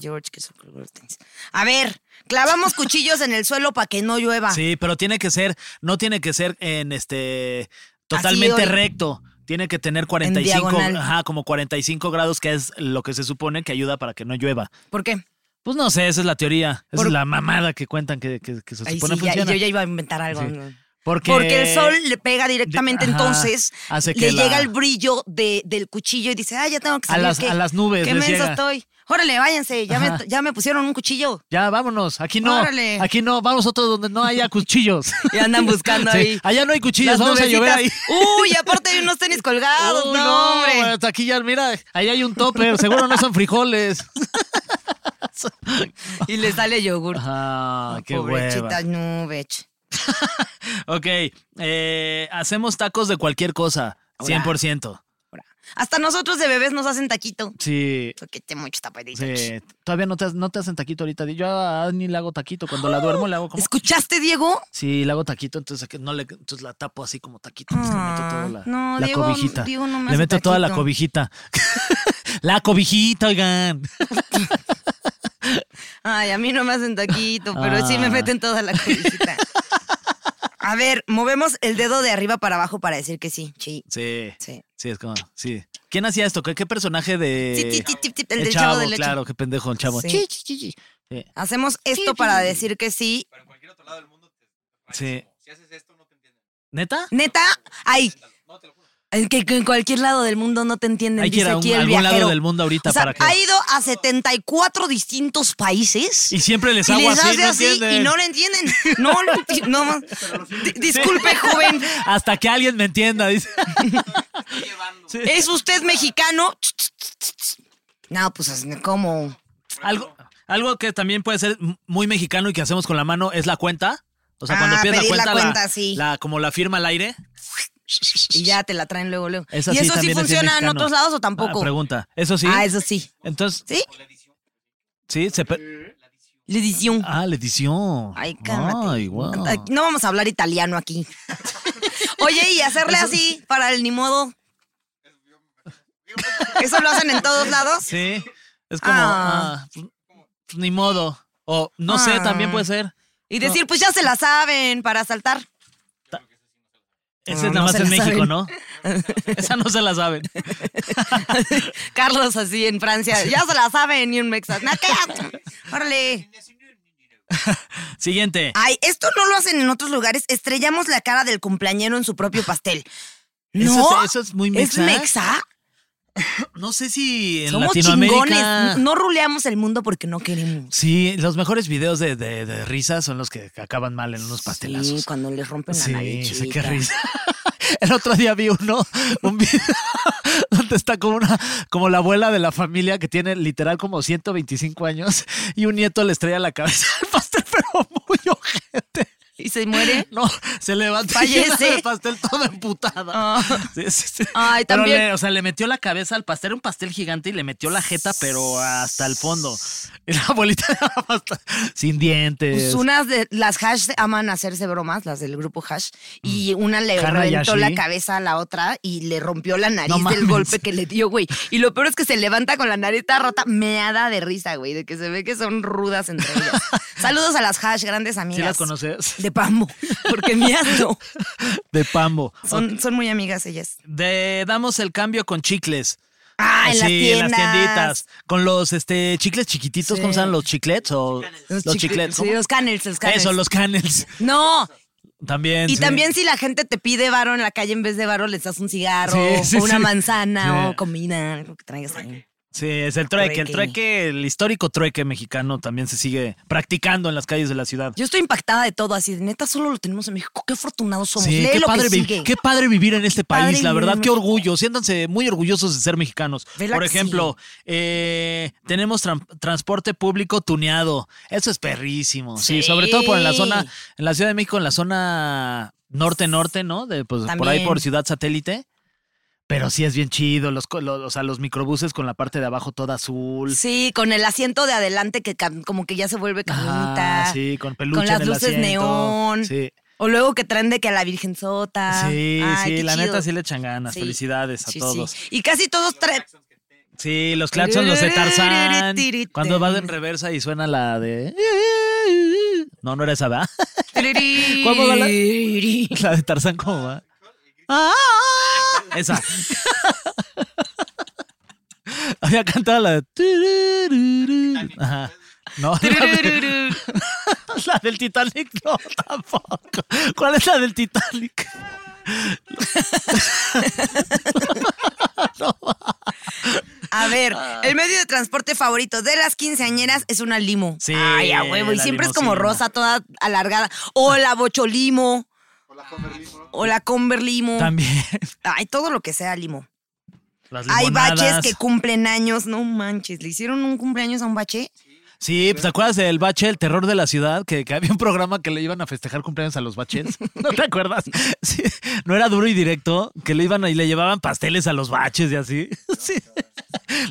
S2: George, que se colgó los tenis. A ver, clavamos cuchillos en el suelo para que no llueva.
S3: Sí, pero tiene que ser, no tiene que ser en este totalmente
S2: hoy.
S3: recto. Tiene que tener 45,
S2: diagonal.
S3: ajá, como 45 grados, que es lo que se supone que ayuda para que no llueva.
S2: ¿Por qué?
S3: Pues no sé, esa es la teoría. Esa
S2: Por-
S3: es la mamada que cuentan que, que- que se
S2: Ahí
S3: supone
S2: sí, ya-
S3: funciona.
S2: yo ya iba a inventar algo.
S3: Sí.
S2: ¿no?
S3: Porque,
S2: Porque el sol le pega directamente,
S3: Ajá,
S2: entonces
S3: hace
S2: le
S3: que la-
S2: llega el brillo de- del cuchillo y dice, ah, ya tengo que
S3: A
S2: salir.
S3: las-
S2: ¿qué-
S3: a las nubes
S2: Qué
S3: les
S2: mensa
S3: llega.
S2: estoy. Órale, váyanse, ya me,
S3: Ajá.
S2: ya me pusieron un cuchillo.
S3: Ya, vámonos. Aquí no.
S2: Órale.
S3: Aquí no. Vamos a otro donde
S2: <laughs>
S3: no haya cuchillos.
S2: Y andan buscando
S3: Sí,
S2: ahí.
S3: Allá no hay cuchillos.
S2: Las
S3: vamos a llover ahí.
S2: nubecitas. <laughs> Uy, aparte hay unos tenis colgados.
S3: Uy,
S2: no, hombre.
S3: bueno, hasta aquí ya, mira, ahí hay
S2: <laughs>
S3: un topper. Seguro no son frijoles.
S2: Y le sale yogur.
S3: Ah, qué
S2: Ah, Pobrecita
S3: Ah, hueva.
S2: nube. ch.
S3: ok, eh, hacemos tacos de cualquier cosa, 100%.
S2: Hasta nosotros de bebés nos hacen taquito.
S3: Sí.
S2: Toquete mucho tapadito.
S3: Sí, todavía no te, no te hacen taquito ahorita. Yo a Ani le hago taquito. Cuando la duermo le hago como.
S2: ¿Escuchaste, Diego?
S3: Sí, le hago taquito, entonces que no le, entonces la tapo así como taquito. entonces le meto toda la,
S2: Ah, no,
S3: la
S2: Diego-
S3: cobijita.
S2: Diego no me
S3: le
S2: hace
S3: meto toda la
S2: taquito.
S3: cobijita. <laughs> la cobijita, oigan. <laughs>
S2: Ay, a mí no me hacen taquito, pero sí me
S3: Ah.
S2: meten toda la cobijita. A ver, movemos el dedo de arriba para abajo para decir que sí. Sí.
S3: Sí.
S2: Sí.
S3: Sí, es como. Sí. ¿Quién hacía esto? ¿Qué, qué personaje de.
S2: Sí, sí, sí, sí, sí, el
S3: de
S2: del
S3: chavo,
S2: Chavo del Ocho.
S3: Claro, qué pendejo, el chavo.
S2: Sí.
S3: Sí. Sí.
S2: Hacemos esto para decir que sí.
S3: sí. ¿Neta?
S2: ¿Neta? Ay. Es que en cualquier lado del mundo no te entienden.
S3: Hay que ir
S2: dice
S3: a un-
S2: aquí el
S3: algún lado
S2: viajero.
S3: del mundo ahorita
S2: O sea,
S3: para que-
S2: ha ido a 74 distintos países.
S3: Y siempre les
S2: y les
S3: hago así.
S2: hace
S3: ¿no
S2: así y
S3: entienden?
S2: no le entienden. No, lo enti- no,
S3: <laughs>
S2: más. Di- Disculpe, joven.
S3: Hasta que alguien me entienda, dice. Sí.
S2: ¿Es usted mexicano? No, pues ¿cómo?
S3: Algo, algo que también puede ser m- muy mexicano y que hacemos con la mano es la cuenta. O sea,
S2: Ah,
S3: cuando pides la
S2: pedir la
S3: cuenta,
S2: cuenta, sí.
S3: la- como la firma al aire.
S2: Y ya te la traen luego, luego.
S3: Esa
S2: ¿Y
S3: sí
S2: eso sí
S3: también es bien
S2: funciona en
S3: mexicano.
S2: otros lados o
S3: Ah,
S2: tampoco?
S3: pregunta. Eso sí.
S2: Ah, eso sí.
S3: Entonces,
S2: ¿Sí?
S3: sí, se pe-
S2: La edición.
S3: Ah, la edición.
S2: Ay, cálmate.
S3: Ay, guau.
S2: Aquí- No vamos a hablar italiano aquí. <laughs> Oye, y hacerle así para el ni modo. ¿Eso lo hacen en todos lados?
S3: Sí. Es como,
S2: Ah.
S3: ah, pues, pues, ni modo. O no sé,
S2: Ah.
S3: también puede ser.
S2: Y decir, pues ya se la saben para saltar.
S3: Ese
S2: No,
S3: es nada
S2: no
S3: más
S2: se
S3: en
S2: la
S3: México,
S2: saben. <laughs>
S3: ¿no? Esa no se la saben.
S2: Carlos así en Francia. Ya se la saben y un mexa. "Na, ¿qué? Órale.
S3: Siguiente.
S2: Ay, esto no lo hacen en otros lugares. Estrellamos la cara del cumpleañero en su propio pastel. No.
S3: Eso es- eso es muy mexa.
S2: ¿Es mexa?
S3: No sé si en
S2: Somos
S3: Latinoamérica.
S2: chingones. No ruleamos el mundo porque no queremos.
S3: Sí, los mejores videos de, de, de risas son los que acaban mal en unos
S2: Sí,
S3: pastelazos.
S2: cuando les rompen la
S3: Sí,
S2: nariz.
S3: sí, qué risa. <laughs> El otro día vi <laughs> uno, un video donde está como una, como la abuela de la familia que tiene literal como 125 años y un nieto le estrella la cabeza al pastel, <laughs> pero muy ojete.
S2: ¿Y se muere?
S3: No, se levanta y llena
S2: Fallece. Ah.
S3: de pastel toda emputada. Sí, sí, sí.
S2: Ay,
S3: Pero
S2: también.
S3: le- o sea, le metió la cabeza al pastel, era un pastel gigante y le metió la jeta, pero hasta el fondo. Y la abuelita <laughs> hasta- sin dientes.
S2: Pues unas de las hash aman hacerse bromas, las del grupo hash, y una le
S3: Mm. Hannah
S2: reventó
S3: Yashi.
S2: la cabeza a la otra y le rompió la nariz
S3: No
S2: del
S3: mames.
S2: golpe que le dio, güey. Y lo peor es que se levanta con la nariz toda rota, meada de risa, güey, de que se ve que son rudas entre
S3: <laughs>
S2: ellas. Saludos a las hash, grandes amigas.
S3: ¿Sí las conoces?
S2: De Pambo, porque mías
S3: <laughs>
S2: no.
S3: De Pambo.
S2: Son, son muy amigas ellas.
S3: De, damos el cambio con chicles.
S2: Ah, en las
S3: Sí, en
S2: tiendas.
S3: las tienditas. Con los este, chicles chiquititos,
S2: Sí.
S3: ¿cómo se llaman? ¿Los chiclets o los,
S2: chicle-
S3: chiclets?
S2: Sí,
S3: ¿cómo?
S2: los canels, los canels.
S3: Eso, los canels.
S2: No,
S3: También.
S2: Y
S3: sí.
S2: también si la gente te pide varo en la calle en vez de varo, les das un cigarro
S3: Sí, sí,
S2: o una
S3: sí.
S2: manzana
S3: Sí.
S2: o comida, algo que traigas ahí.
S3: Sí, es el trueque, el
S2: Trueque.
S3: trueque, el histórico trueque mexicano también se sigue practicando en las calles de la ciudad.
S2: Yo estoy impactada de todo, así de neta, solo lo tenemos en México. Qué afortunados somos.
S3: Sí,
S2: Lee
S3: qué
S2: lo
S3: padre,
S2: que
S3: vi-
S2: sigue.
S3: qué padre vivir en este
S2: padre
S3: país, la
S2: vivir en
S3: verdad, qué
S2: México.
S3: orgullo. Siéntanse muy orgullosos de ser mexicanos.
S2: ¿Verdad
S3: Por
S2: que sí?
S3: ejemplo, eh, tenemos tran- transporte público tuneado. Eso es perrísimo. Sí.
S2: Sí.
S3: sobre todo por en la zona, en la Ciudad de México, en la zona norte-norte, ¿no? De, pues, por ahí
S2: También.
S3: por Ciudad Satélite. Pero sí es bien chido, los, co- los- o sea, los microbuses con la parte de abajo toda azul.
S2: Sí, con el asiento de adelante que cam- como que ya se vuelve
S3: Ah,
S2: camioneta.
S3: sí, con peluche
S2: Con las
S3: en el
S2: luces
S3: asiento.
S2: neón.
S3: Sí.
S2: O luego que traen de que a la Virgen Sota.
S3: Sí,
S2: Ay,
S3: sí,
S2: qué
S3: la
S2: chido.
S3: neta sí le echan ganas.
S2: Sí.
S3: Felicidades a
S2: Sí, sí.
S3: todos. Sí.
S2: Y casi todos traen.
S3: los claxons, los de Tarzán. Cuando vas en reversa y suena la de. No, no era esa, ¿verdad? ¿Cómo va la- <laughs> La de Tarzán, ¿cómo va? Ah, Esa. <laughs> Había cantado la de. Ajá. No, la, de- <laughs> la del Titanic no, tampoco. ¿Cuál es la del Titanic?
S2: A ver, el medio de transporte favorito de las quinceañeras es una limo.
S3: Sí,
S2: Ay, a huevo. Y
S3: la
S2: siempre es como
S3: limusina.
S2: rosa, toda alargada. O la bocholimo. O la Conver limo.
S3: También.
S2: Ay, todo lo que sea limo.
S3: Las
S2: Hay
S3: limonadas.
S2: baches que cumplen años. No manches, ¿le hicieron un cumpleaños a un bache?
S3: Sí, pues, ¿te acuerdas del bache, el terror de la ciudad? Que, que había un programa que le iban a festejar cumpleaños a los baches. ¿No te acuerdas? Sí, no era duro y directo, que le iban y le llevaban pasteles a los baches y así. <laughs> Sí.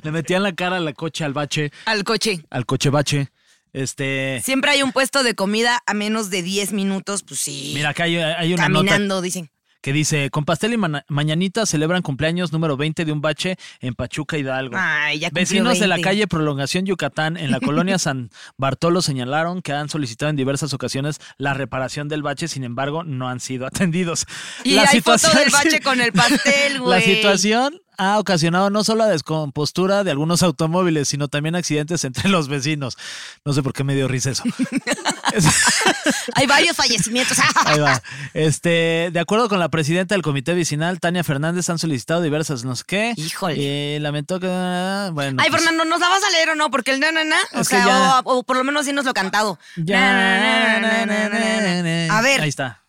S3: Le metían la cara a la coche al bache.
S2: Al coche.
S3: Al coche bache. Este.
S2: Siempre hay un puesto de comida a menos de 10 minutos, pues sí.
S3: Mira, acá hay, hay una nota
S2: Caminando, dicen.
S3: que dice, con pastel y mana- mañanita celebran cumpleaños número 20 de un bache en Pachuca Hidalgo.
S2: Ay, ya cumplió
S3: Vecinos de la
S2: 20.
S3: calle Prolongación Yucatán en la
S2: <laughs>
S3: colonia San Bartolo señalaron que han solicitado en diversas ocasiones la reparación del bache, sin embargo, no han sido atendidos.
S2: Y
S3: la
S2: hay foto
S3: situación-
S2: del bache con el pastel, güey.
S3: <laughs> La situación ha ocasionado no solo la descompostura de algunos automóviles, sino también accidentes entre los vecinos. No sé por qué me dio
S2: <laughs>
S3: risa eso.
S2: Hay varios fallecimientos. <laughs>
S3: Ahí va. Este, de acuerdo con la presidenta del comité vecinal, Tania Fernández, han solicitado diversas no sé qué. Híjole. lamentó que. Bueno.
S2: Ay,
S3: pues,
S2: Fernando, ¿nos la vas a leer o no? Porque el na, na, na, o
S3: Es que
S2: sea,
S3: ya-
S2: o, o por lo menos sí nos lo cantado.
S3: Ya.
S2: Na, na, na, na, na, na, na, na. A ver,
S3: Ahí está.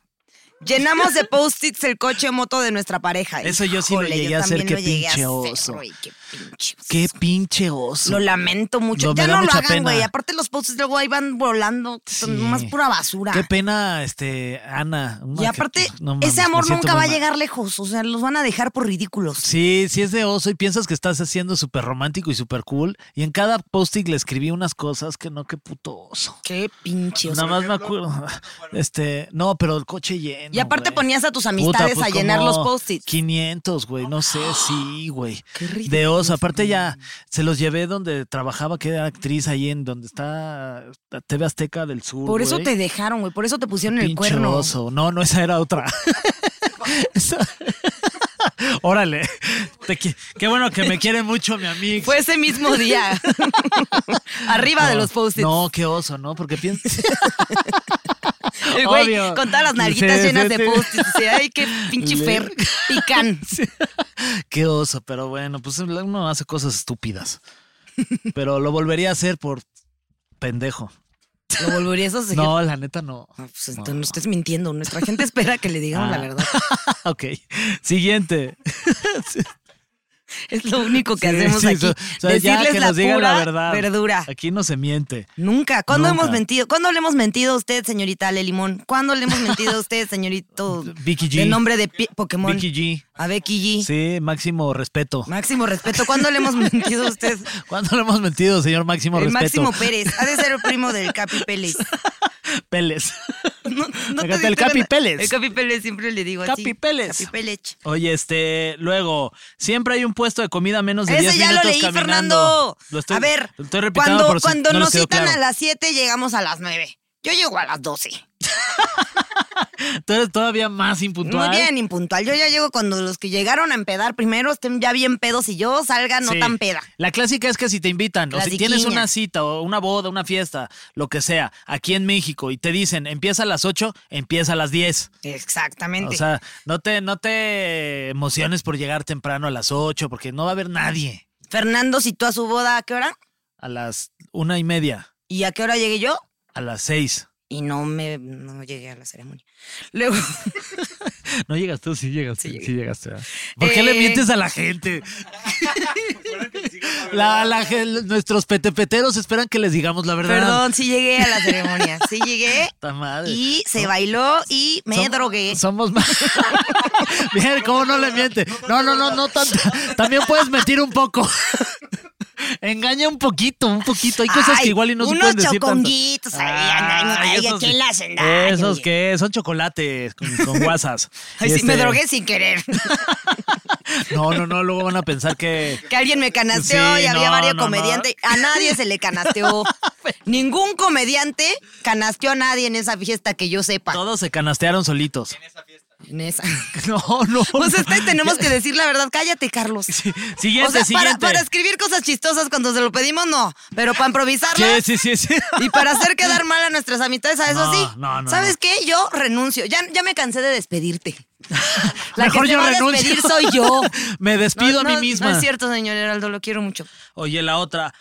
S2: llenamos de post-its el coche o moto de nuestra pareja.
S3: Eso yo sí lo
S2: Híjole,
S3: llegué a hacer,
S2: también
S3: qué
S2: lo llegué a
S3: pinche
S2: hacer,
S3: oso.
S2: güey, qué pinche oso.
S3: Qué pinche oso.
S2: Lo lamento mucho.
S3: No, me
S2: ya
S3: da
S2: no lo
S3: mucha
S2: hagan,
S3: pena.
S2: güey. Aparte los post-its luego ahí van volando. Son
S3: Sí.
S2: más pura basura.
S3: Qué pena, este, Ana. Una
S2: y
S3: que-
S2: aparte,
S3: no mames,
S2: ese
S3: me
S2: amor
S3: siento
S2: nunca
S3: muy
S2: va a
S3: mal.
S2: llegar lejos. O sea, los van a dejar por ridículos.
S3: Sí, sí es de oso y piensas que estás haciendo súper romántico y súper cool. Y en cada post-it le escribí unas cosas que no, qué puto oso.
S2: Qué pinche oso.
S3: Nada más me acuerdo. <laughs> Este, no, pero el coche lleno.
S2: Y aparte
S3: güey.
S2: ponías a tus amistades
S3: pues
S2: a llenar
S3: como
S2: los post-its.
S3: 500, güey, no
S2: <gasps>
S3: sé, sí, güey.
S2: ridículo,
S3: De oso, aparte ya se los llevé donde trabajaba, que era actriz ahí en donde está TV Azteca del Sur.
S2: Por eso
S3: güey.
S2: te dejaron, güey. Por eso te pusieron el
S3: Pinche
S2: cuerno.
S3: oso. No, no, esa era otra. <laughs> Esa- <laughs> Órale. Te qui- Qué bueno que me quiere mucho mi amigo.
S2: Fue ese mismo
S3: <laughs>
S2: día. Arriba de
S3: No,
S2: los post-its.
S3: No, qué oso, ¿no? Porque piensas.
S2: <laughs> el güey
S3: obvio.
S2: con todas las nalguitas
S3: Sí,
S2: llenas
S3: sí,
S2: de
S3: sí.
S2: post-its. Dice, Ay, qué pinche
S3: Le-
S2: fer.
S3: <laughs>
S2: Pican.
S3: Qué oso, pero bueno, pues uno hace
S2: <laughs>
S3: cosas estúpidas. Pero lo volvería a hacer por pendejo.
S2: Lo volverías a hacer.
S3: No, la neta no. <laughs>
S2: Pues entonces no estés mintiendo. Nuestra gente espera que le digamos la
S3: Ah.
S2: verdad.
S3: Ok. Siguiente.
S2: Es lo único que
S3: Sí,
S2: hacemos
S3: sí,
S2: aquí.
S3: o sea, ya
S2: Decirles
S3: que
S2: la
S3: nos digan la
S2: pura
S3: verdad.
S2: verdura.
S3: Aquí no se miente.
S2: Nunca. ¿Cuándo
S3: Nunca.
S2: hemos mentido? ¿Cuándo le hemos mentido a usted, señorita Ale Limón? ¿Cuándo le hemos mentido a usted, señorito?
S3: <laughs> Vicky G.
S2: De nombre de pi- Pokémon.
S3: Vicky G.
S2: A Becky G.
S3: Sí, máximo respeto.
S2: Máximo respeto. ¿Cuándo le hemos mentido a
S3: <laughs>
S2: usted?
S3: ¿Cuándo le hemos mentido, señor Máximo
S2: El
S3: Respeto?
S2: Máximo
S3: <laughs>
S2: Pérez. Ha de ser el primo del Capi Pérez.
S3: Pérez.
S2: <laughs> No, no te
S3: Acá está el
S2: diste
S3: Capi
S2: cuenta.
S3: Pérez.
S2: El Capi Pérez siempre le digo así.
S3: Capi Pérez.
S2: Capi Pérez.
S3: Oye, este, luego, siempre hay un puesto de comida a menos Pues de 10
S2: Ese ya
S3: minutos
S2: lo leí,
S3: caminando.
S2: Fernando.
S3: Lo estoy-
S2: a ver,
S3: lo estoy repitiendo
S2: cuando,
S3: por si
S2: cuando
S3: no les
S2: nos
S3: quedó
S2: citan
S3: claro.
S2: a las 7, llegamos a las 9. Yo llego a las 12.
S3: Tú eres todavía más impuntual.
S2: Muy bien, impuntual. Yo ya llego cuando los que llegaron a empedar primero estén ya bien pedos y yo salga no
S3: Sí.
S2: tan peda.
S3: La clásica es que si te invitan, o si tienes
S2: Clasiquiña.
S3: una cita o una boda, una fiesta, lo que sea, aquí en México y te dicen, empieza a las 8, empieza a las 10. O
S2: Exactamente.
S3: sea, no te, no te emociones por llegar temprano a las 8, porque no va a haber nadie
S2: Fernando citó a su boda a qué hora
S3: a las una y media,
S2: y a qué hora llegué yo
S3: a las 6.
S2: y no me no llegué a la ceremonia. Luego <laughs>
S3: No llegas tú, sí llegas. Sí,
S2: llegué.
S3: sí llegaste. ¿verdad? ¿Por qué le
S2: Eh.
S3: mientes a la <laughs> gente? La- la gen- nuestros petepeteros esperan que les digamos la verdad.
S2: Perdón, sí llegué a la
S3: <laughs>
S2: ceremonia. Sí llegué
S3: Puta madre.
S2: y se bailó y me
S3: Som-
S2: drogué.
S3: Somos más. <laughs> Bien, ¿cómo no le miente? No, no, no, no tanto. También puedes mentir un poco. <laughs> Engaña un poquito, un poquito. Hay cosas
S2: Ay,
S3: que igual y no se
S2: unos
S3: pueden decir tanto.
S2: choconguitos ahí, ay, ay, ay,
S3: esos-
S2: aquí en la senda,
S3: Esos
S2: oye.
S3: que son chocolates con, con guasas.
S2: <laughs> Ay, sí,
S3: Este,
S2: me drogué sin querer. <laughs>
S3: No, no, no, luego van a pensar que.
S2: Que alguien me canasteó
S3: Sí,
S2: y había
S3: no,
S2: varios
S3: no, no.
S2: comediantes. A nadie se le canasteó.
S3: <laughs>
S2: Ningún comediante canasteó a nadie en esa fiesta que yo sepa.
S3: Todos se canastearon solitos.
S2: Ah. En esa.
S3: <laughs> No, no.
S2: <laughs> Pues
S3: no.
S2: este, tenemos
S3: <laughs>
S2: que decir la verdad. Cállate, Carlos.
S3: Siguiente,
S2: o sea,
S3: siguiente.
S2: Para, para escribir cosas chistosas cuando se lo pedimos, no. Pero para improvisarlas
S3: Sí, sí, sí, sí.
S2: y para hacer quedar mal a nuestras amistades, a eso
S3: No,
S2: sí.
S3: no, no,
S2: ¿Sabes
S3: no.
S2: qué? Yo renuncio. Ya, ya me cansé de
S3: <laughs>
S2: despedirte. <laughs> La
S3: Mejor
S2: que se
S3: yo
S2: va
S3: renuncio.
S2: a despedir soy
S3: <laughs>
S2: yo.
S3: Me despido
S2: No,
S3: a mí
S2: no,
S3: misma.
S2: No es cierto, señor Heraldo, lo quiero mucho.
S3: Oye, la otra.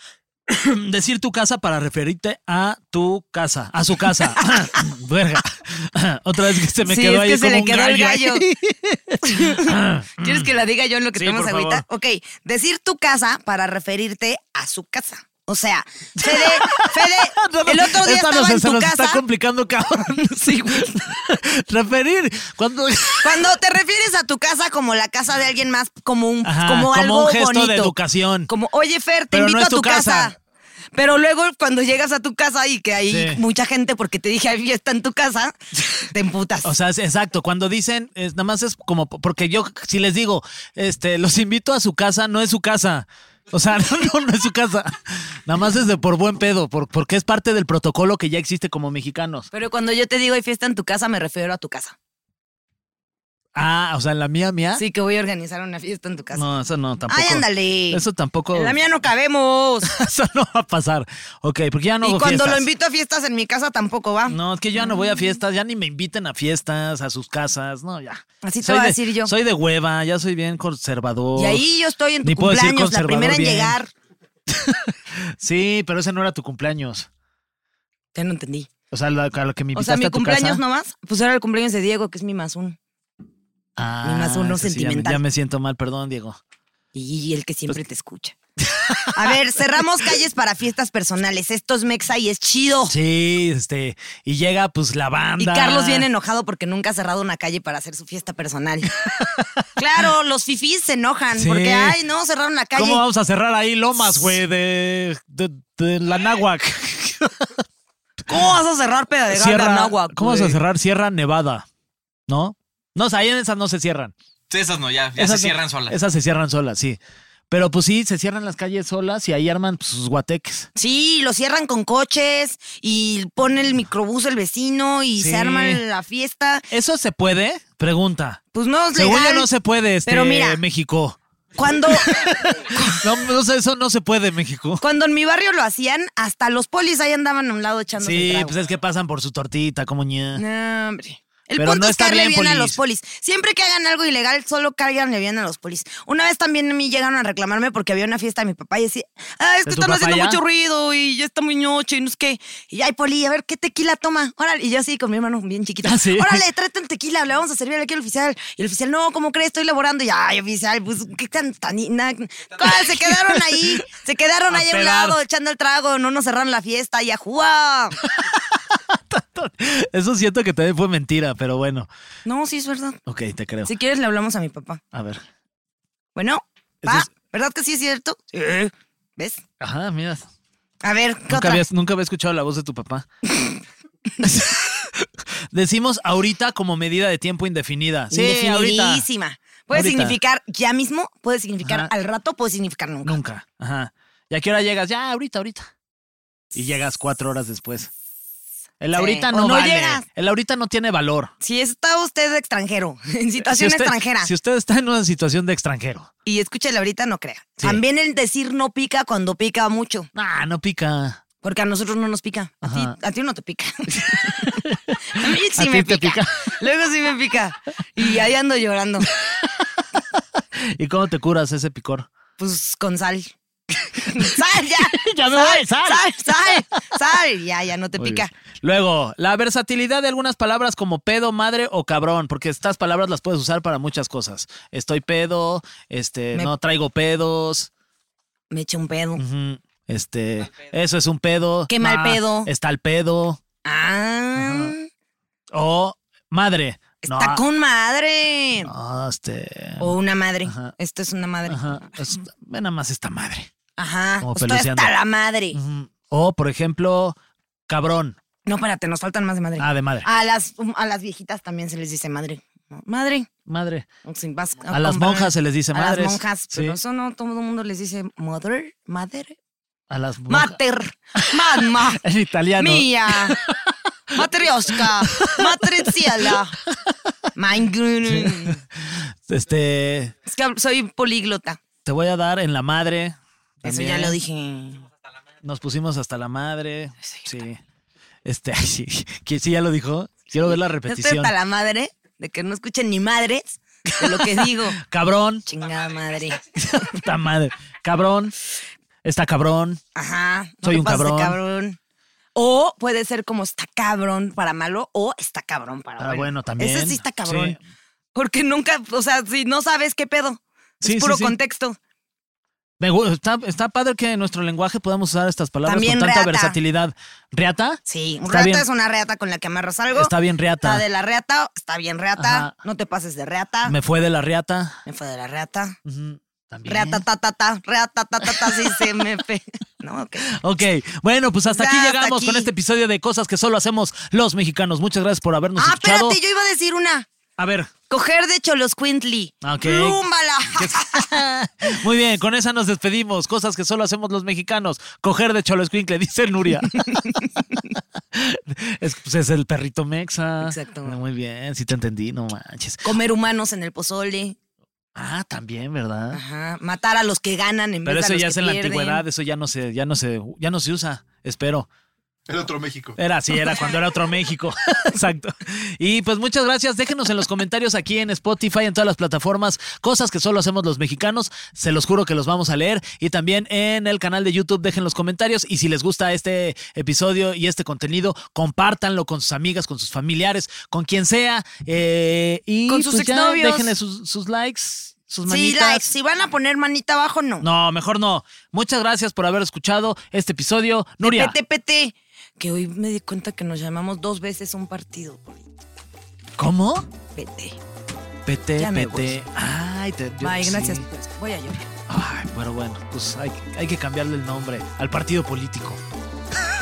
S3: <clears throat> Decir tu casa para referirte a tu casa, a su casa. <laughs> <coughs> Verga. <clears throat> otra vez que se me
S2: sí,
S3: quedó
S2: es
S3: ahí
S2: que se
S3: como
S2: le
S3: un
S2: quedó el gallo.
S3: <laughs> ahí.
S2: ¿Quieres que la diga yo en lo que
S3: Mm. Sí,
S2: tenemos
S3: por
S2: ahorita?
S3: favor.
S2: Ok, decir tu casa para referirte a su casa. O sea, Fede,
S3: <laughs>
S2: Fede, el otro día
S3: Esta
S2: estaba
S3: nos,
S2: en
S3: se
S2: tu
S3: nos
S2: casa.
S3: está
S2: <laughs>
S3: complicando, cabrón. Sí, güey. <laughs> Referir. Cuando...
S2: Cuando te refieres a tu casa como la casa de alguien más, como un
S3: Ajá,
S2: como,
S3: <laughs> como
S2: algo
S3: un gesto
S2: bonito.
S3: de educación.
S2: Como, oye, Fer, te
S3: Pero
S2: invito
S3: no es
S2: a tu
S3: tu
S2: casa.
S3: casa.
S2: Pero luego cuando llegas a tu casa y que hay
S3: Sí.
S2: mucha gente porque te dije, hay fiesta en tu
S3: <laughs>
S2: casa, te emputas.
S3: O sea, es- exacto. Cuando dicen, es- nada más es como, porque yo, si les digo, este, los invito a su casa, no es su casa. O sea, <laughs> no, no, no es su casa. Nada más es de por buen pedo, por- porque es parte del protocolo que ya existe como mexicanos.
S2: Pero cuando yo te digo hay fiesta en tu casa, me refiero a tu casa.
S3: Ah, o sea, en la mía, mía.
S2: Sí, que voy a organizar una fiesta en tu casa.
S3: No, pues. eso no, tampoco.
S2: Ay, ándale.
S3: Eso tampoco.
S2: En la mía no cabemos.
S3: <laughs> Eso no va a pasar. Ok, porque ya <laughs> no
S2: y
S3: hago
S2: cuando lo
S3: fiestas.
S2: invito Mm. a fiestas en mi casa tampoco va.
S3: No, es que yo ya no voy a fiestas, ya ni me inviten a fiestas, a sus casas, no, ya.
S2: Así te
S3: Soy
S2: voy a
S3: de-
S2: decir yo.
S3: Soy de hueva, ya soy bien conservador.
S2: Y ahí yo estoy en tu
S3: Ni puedo decir
S2: cumpleaños, la primera
S3: conservador
S2: en
S3: bien.
S2: llegar.
S3: Sí, pero ese no era tu cumpleaños.
S2: Ya no entendí.
S3: O sea, la- a lo que
S2: O
S3: me invitaste
S2: sea, mi
S3: a tu
S2: cumpleaños
S3: casa.
S2: nomás, pues era el cumpleaños de Diego, que es mi más uno.
S3: Ah,
S2: mi más uno
S3: eso sí, ya me-
S2: sentimental.
S3: ya me siento mal, perdón, Diego.
S2: Y el que siempre te escucha. <laughs> A ver, cerramos calles para fiestas personales. Esto es Mexa y es chido.
S3: Sí, este, y llega pues la
S2: Y
S3: banda.
S2: Carlos viene enojado porque nunca ha cerrado una calle para hacer su fiesta
S3: <laughs>
S2: personal. claro, los fifís se enojan
S3: Sí.
S2: porque, ay, no, cerraron la calle.
S3: ¿Cómo vamos a cerrar ahí lomas, güey, de, de, de la náhuac?
S2: ¿Cómo vas a cerrar Pedregal de
S3: Sierra,
S2: Anáhuac,
S3: ¿Cómo vas a
S2: güey?
S3: cerrar Sierra Nevada? ¿No? No, o sea, ahí en esas no se cierran.
S5: Sí, esas no, ya, ya
S3: Esas
S5: se
S3: no-
S5: cierran solas.
S3: Esas se cierran solas, sí. Pero pues sí, se cierran las calles solas y ahí arman pues, sus guateques.
S2: Sí, lo cierran con coches y pone el microbús el vecino y
S3: Sí.
S2: se arma la fiesta.
S3: ¿Eso se puede? Pregunta.
S2: Pues no es
S3: Según yo
S2: legal.
S3: no se puede, este,
S2: Pero mira.
S3: México. <laughs>
S2: Cuando,
S3: No, no sé, eso no se puede, México.
S2: cuando en mi barrio lo hacían, hasta los polis ahí andaban a un lado echándose el
S3: Sí,
S2: trago.
S3: pues es que pasan por su tortita, como ña.
S2: No, hombre. El
S3: Pero
S2: punto es
S3: no está
S2: caerle bien,
S3: bien,
S2: a
S3: polis.
S2: los polis. Siempre que hagan algo ilegal, solo caiganle bien a los polis. Una vez también a mí llegaron a reclamarme porque había una fiesta de mi papá y decía, ah, es
S3: ¿De
S2: que
S3: tu
S2: están
S3: papá
S2: haciendo
S3: ya?
S2: mucho ruido y ya está muy noche y no es qué. Y ay, poli, a ver, ¿qué tequila toma? Órale. Y yo así con mi hermano bien chiquito.
S3: Ah, ¿sí?
S2: Órale, tráete un tequila, le vamos a servir aquí al oficial. Y el oficial, no, ¿cómo crees? Estoy laborando. Y ay, oficial, pues, ¿qué tan tan ¿Cuál? Se quedaron ahí, se quedaron
S3: <laughs> A
S2: ahí a un
S3: pelar.
S2: lado echando el trago, no nos cerraron la fiesta y a jugar.
S3: Eso siento que también fue mentira, pero bueno.
S2: No, sí, es verdad.
S3: Ok, te creo.
S2: Si quieres, le hablamos a mi papá.
S3: A ver.
S2: Bueno,
S3: Eso
S2: ¿va?
S3: es-
S2: ¿Verdad que sí es cierto? ¿Ves?
S3: Ajá, mira.
S2: A ver, ¿qué
S3: Nunca,
S2: otra?
S3: habías- nunca había escuchado la voz de
S2: <laughs>
S3: tu papá. Decimos ahorita como medida de tiempo indefinida. Sí, ahorita.
S2: Indefinidísima. Puede
S3: Ahorita.
S2: significar ya mismo, puede significar
S3: Ajá.
S2: al rato, puede significar nunca.
S3: Nunca. Ajá. ¿Y a qué hora llegas? Ya, ahorita, ahorita. Y llegas cuatro horas después. El
S2: Sí,
S3: ahorita
S2: o
S3: no,
S2: no
S3: vale.
S2: llegas.
S3: El ahorita no tiene valor.
S2: Si está usted extranjero, <laughs> en
S3: Si
S2: situación
S3: usted-
S2: extranjera,
S3: Si usted está en una situación de extranjero.
S2: y escúchale ahorita, no crea.
S3: Sí.
S2: También el decir no pica cuando pica mucho,
S3: Ah, no pica.
S2: porque a nosotros no nos pica. A ti,
S3: Ajá.
S2: a ti no te
S3: <laughs>
S2: pica. <laughs> a mí sí
S3: ¿A
S2: me
S3: ti te
S2: pica.
S3: pica?
S2: Luego sí me pica. Y ahí ando llorando.
S3: ¿Y cómo te curas ese picor?
S2: Pues con
S3: <laughs>
S2: sal. ¡Sal, ya!
S3: Ya me voy, sal.
S2: ¡Sal, sal! ¡Sal! Ya, ya no te
S3: Muy
S2: pica.
S3: bien. Luego, la versatilidad de algunas palabras como pedo, madre o cabrón, porque estas palabras las puedes usar para muchas cosas. Estoy pedo, este,
S2: Me-
S3: no traigo pedos,
S2: Me eché un pedo.
S3: ujú, este, eso es un pedo.
S2: Qué mal
S3: ah,
S2: pedo.
S3: Está el pedo.
S2: ¡Ah!
S3: O madre. no,
S2: ¡Está Oh. con madre!
S3: no, este.
S2: O una madre.
S3: Ajá.
S2: Esto es una madre. Ajá.
S3: ajá, es- ve nada más esta madre. Como
S2: Estoy
S3: peluceando.
S2: hasta la madre.
S3: Ujú. O, por ejemplo, cabrón.
S2: No, espérate, nos faltan más de madre.
S3: Ah, de madre.
S2: A las, um, a las viejitas también se les dice madre. ¿no? Madre.
S3: Madre.
S2: Si vas
S3: A las
S2: comprar-
S3: monjas se les dice
S2: ah, A
S3: madres.
S2: las monjas,
S3: Sí.
S2: pero eso no todo el mundo les dice mother, madre,
S3: A las monjas.
S2: mater, <laughs> mamá.
S3: <laughs> En italiano.
S2: Mía.
S3: <laughs>
S2: Matrioska. Matriciela. Mind
S3: Este.
S2: Es que soy políglota.
S3: Te voy a dar en la madre.
S2: Eso
S3: también.
S2: ya lo dije.
S3: Nos pusimos hasta la madre. Sí. Este, <laughs> ay, sí. ¿Qui- sí, ya lo dijo. Quiero ver la
S2: Estoy
S3: repetición.
S2: hasta la madre de que no escuchen ni madres de lo que
S3: <laughs>
S2: digo.
S3: Cabrón.
S2: Chingada madre.
S3: Puta madre. Cabrón. Está cabrón.
S2: Ajá. no
S3: Soy
S2: te
S3: un
S2: pases de
S3: cabrón.
S2: O puede ser como está cabrón para malo o está cabrón para
S3: Ah,
S2: bueno.
S3: bueno, también.
S2: Ese sí está cabrón.
S3: Sí.
S2: Porque nunca, o sea, si no sabes qué pedo.
S3: Sí,
S2: es
S3: sí,
S2: puro
S3: sí.
S2: contexto.
S3: Me gu- está, está padre que en nuestro lenguaje podamos usar estas palabras
S2: También
S3: con tanta
S2: reata.
S3: versatilidad. ¿Reata?
S2: Sí, un
S3: Está
S2: reata
S3: bien.
S2: es una reata con la que amarras algo.
S3: Está bien reata.
S2: La de la reata, está bien reata.
S3: Ajá.
S2: No te pases de reata.
S3: Me fue de la reata.
S2: Me fue de la reata.
S3: También.
S2: Reata, ta, ta, ta, reata, ta, ta, ta,
S3: <laughs>
S2: sí, se me fe. No, ok.
S3: Ok, bueno, pues hasta
S2: Ya,
S3: aquí
S2: hasta
S3: llegamos con
S2: aquí.
S3: este episodio de cosas que solo hacemos los mexicanos. Muchas gracias por habernos
S2: Ah,
S3: escuchado.
S2: espérate, yo iba a decir una.
S3: A ver,
S2: Coger de Cholos Quintly.
S3: Ah, Ok.
S2: ¡Plúmbala!
S3: <laughs> muy bien, con esa nos despedimos. Cosas que solo hacemos los mexicanos. Coger de cholo escuincle, <laughs> dice Nuria. es, pues es el perrito mexa. Ah,
S2: Exacto.
S3: Muy bien, sí te entendí, no manches.
S2: <laughs> Comer humanos en el pozole.
S3: Ah, también, ¿verdad?
S2: Ajá. Matar a los que ganan en
S3: Pero
S2: vez
S3: eso
S2: de pues, a los
S3: ya
S2: que
S3: es en la
S2: pierden.
S3: antigüedad, eso ya no se, ya no se, ya no se usa, espero.
S5: El otro México.
S3: Era así, era cuando era otro México.
S2: <laughs>
S3: Exacto. Y pues muchas gracias. Déjenos en los comentarios aquí en Spotify, en todas las plataformas, cosas que solo hacemos los mexicanos. Se los juro que los vamos a leer. Y también en el canal de YouTube, dejen los comentarios. Y si les gusta este episodio y este contenido, compártanlo con sus amigas, con sus familiares, con quien sea. Eh, y
S2: Con sus
S3: pues ya
S2: exnovios.
S3: déjenle sus, sus likes, sus
S2: Sí,
S3: manitas.
S2: like, si van a poner manita abajo, no.
S3: No, mejor no. Muchas gracias por haber escuchado este episodio. Nuria.
S2: PT, Que hoy me di cuenta que nos llamamos dos veces un partido.
S3: ¿Cómo?
S2: Vete.
S3: PT,
S2: Ya me
S3: PT. Ay, te, yo-
S2: Ay,
S3: sí.
S2: gracias. pues, voy a llorar.
S3: Ay, pero bueno, pues hay, hay que cambiarle el nombre al partido político.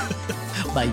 S3: <laughs> Bye.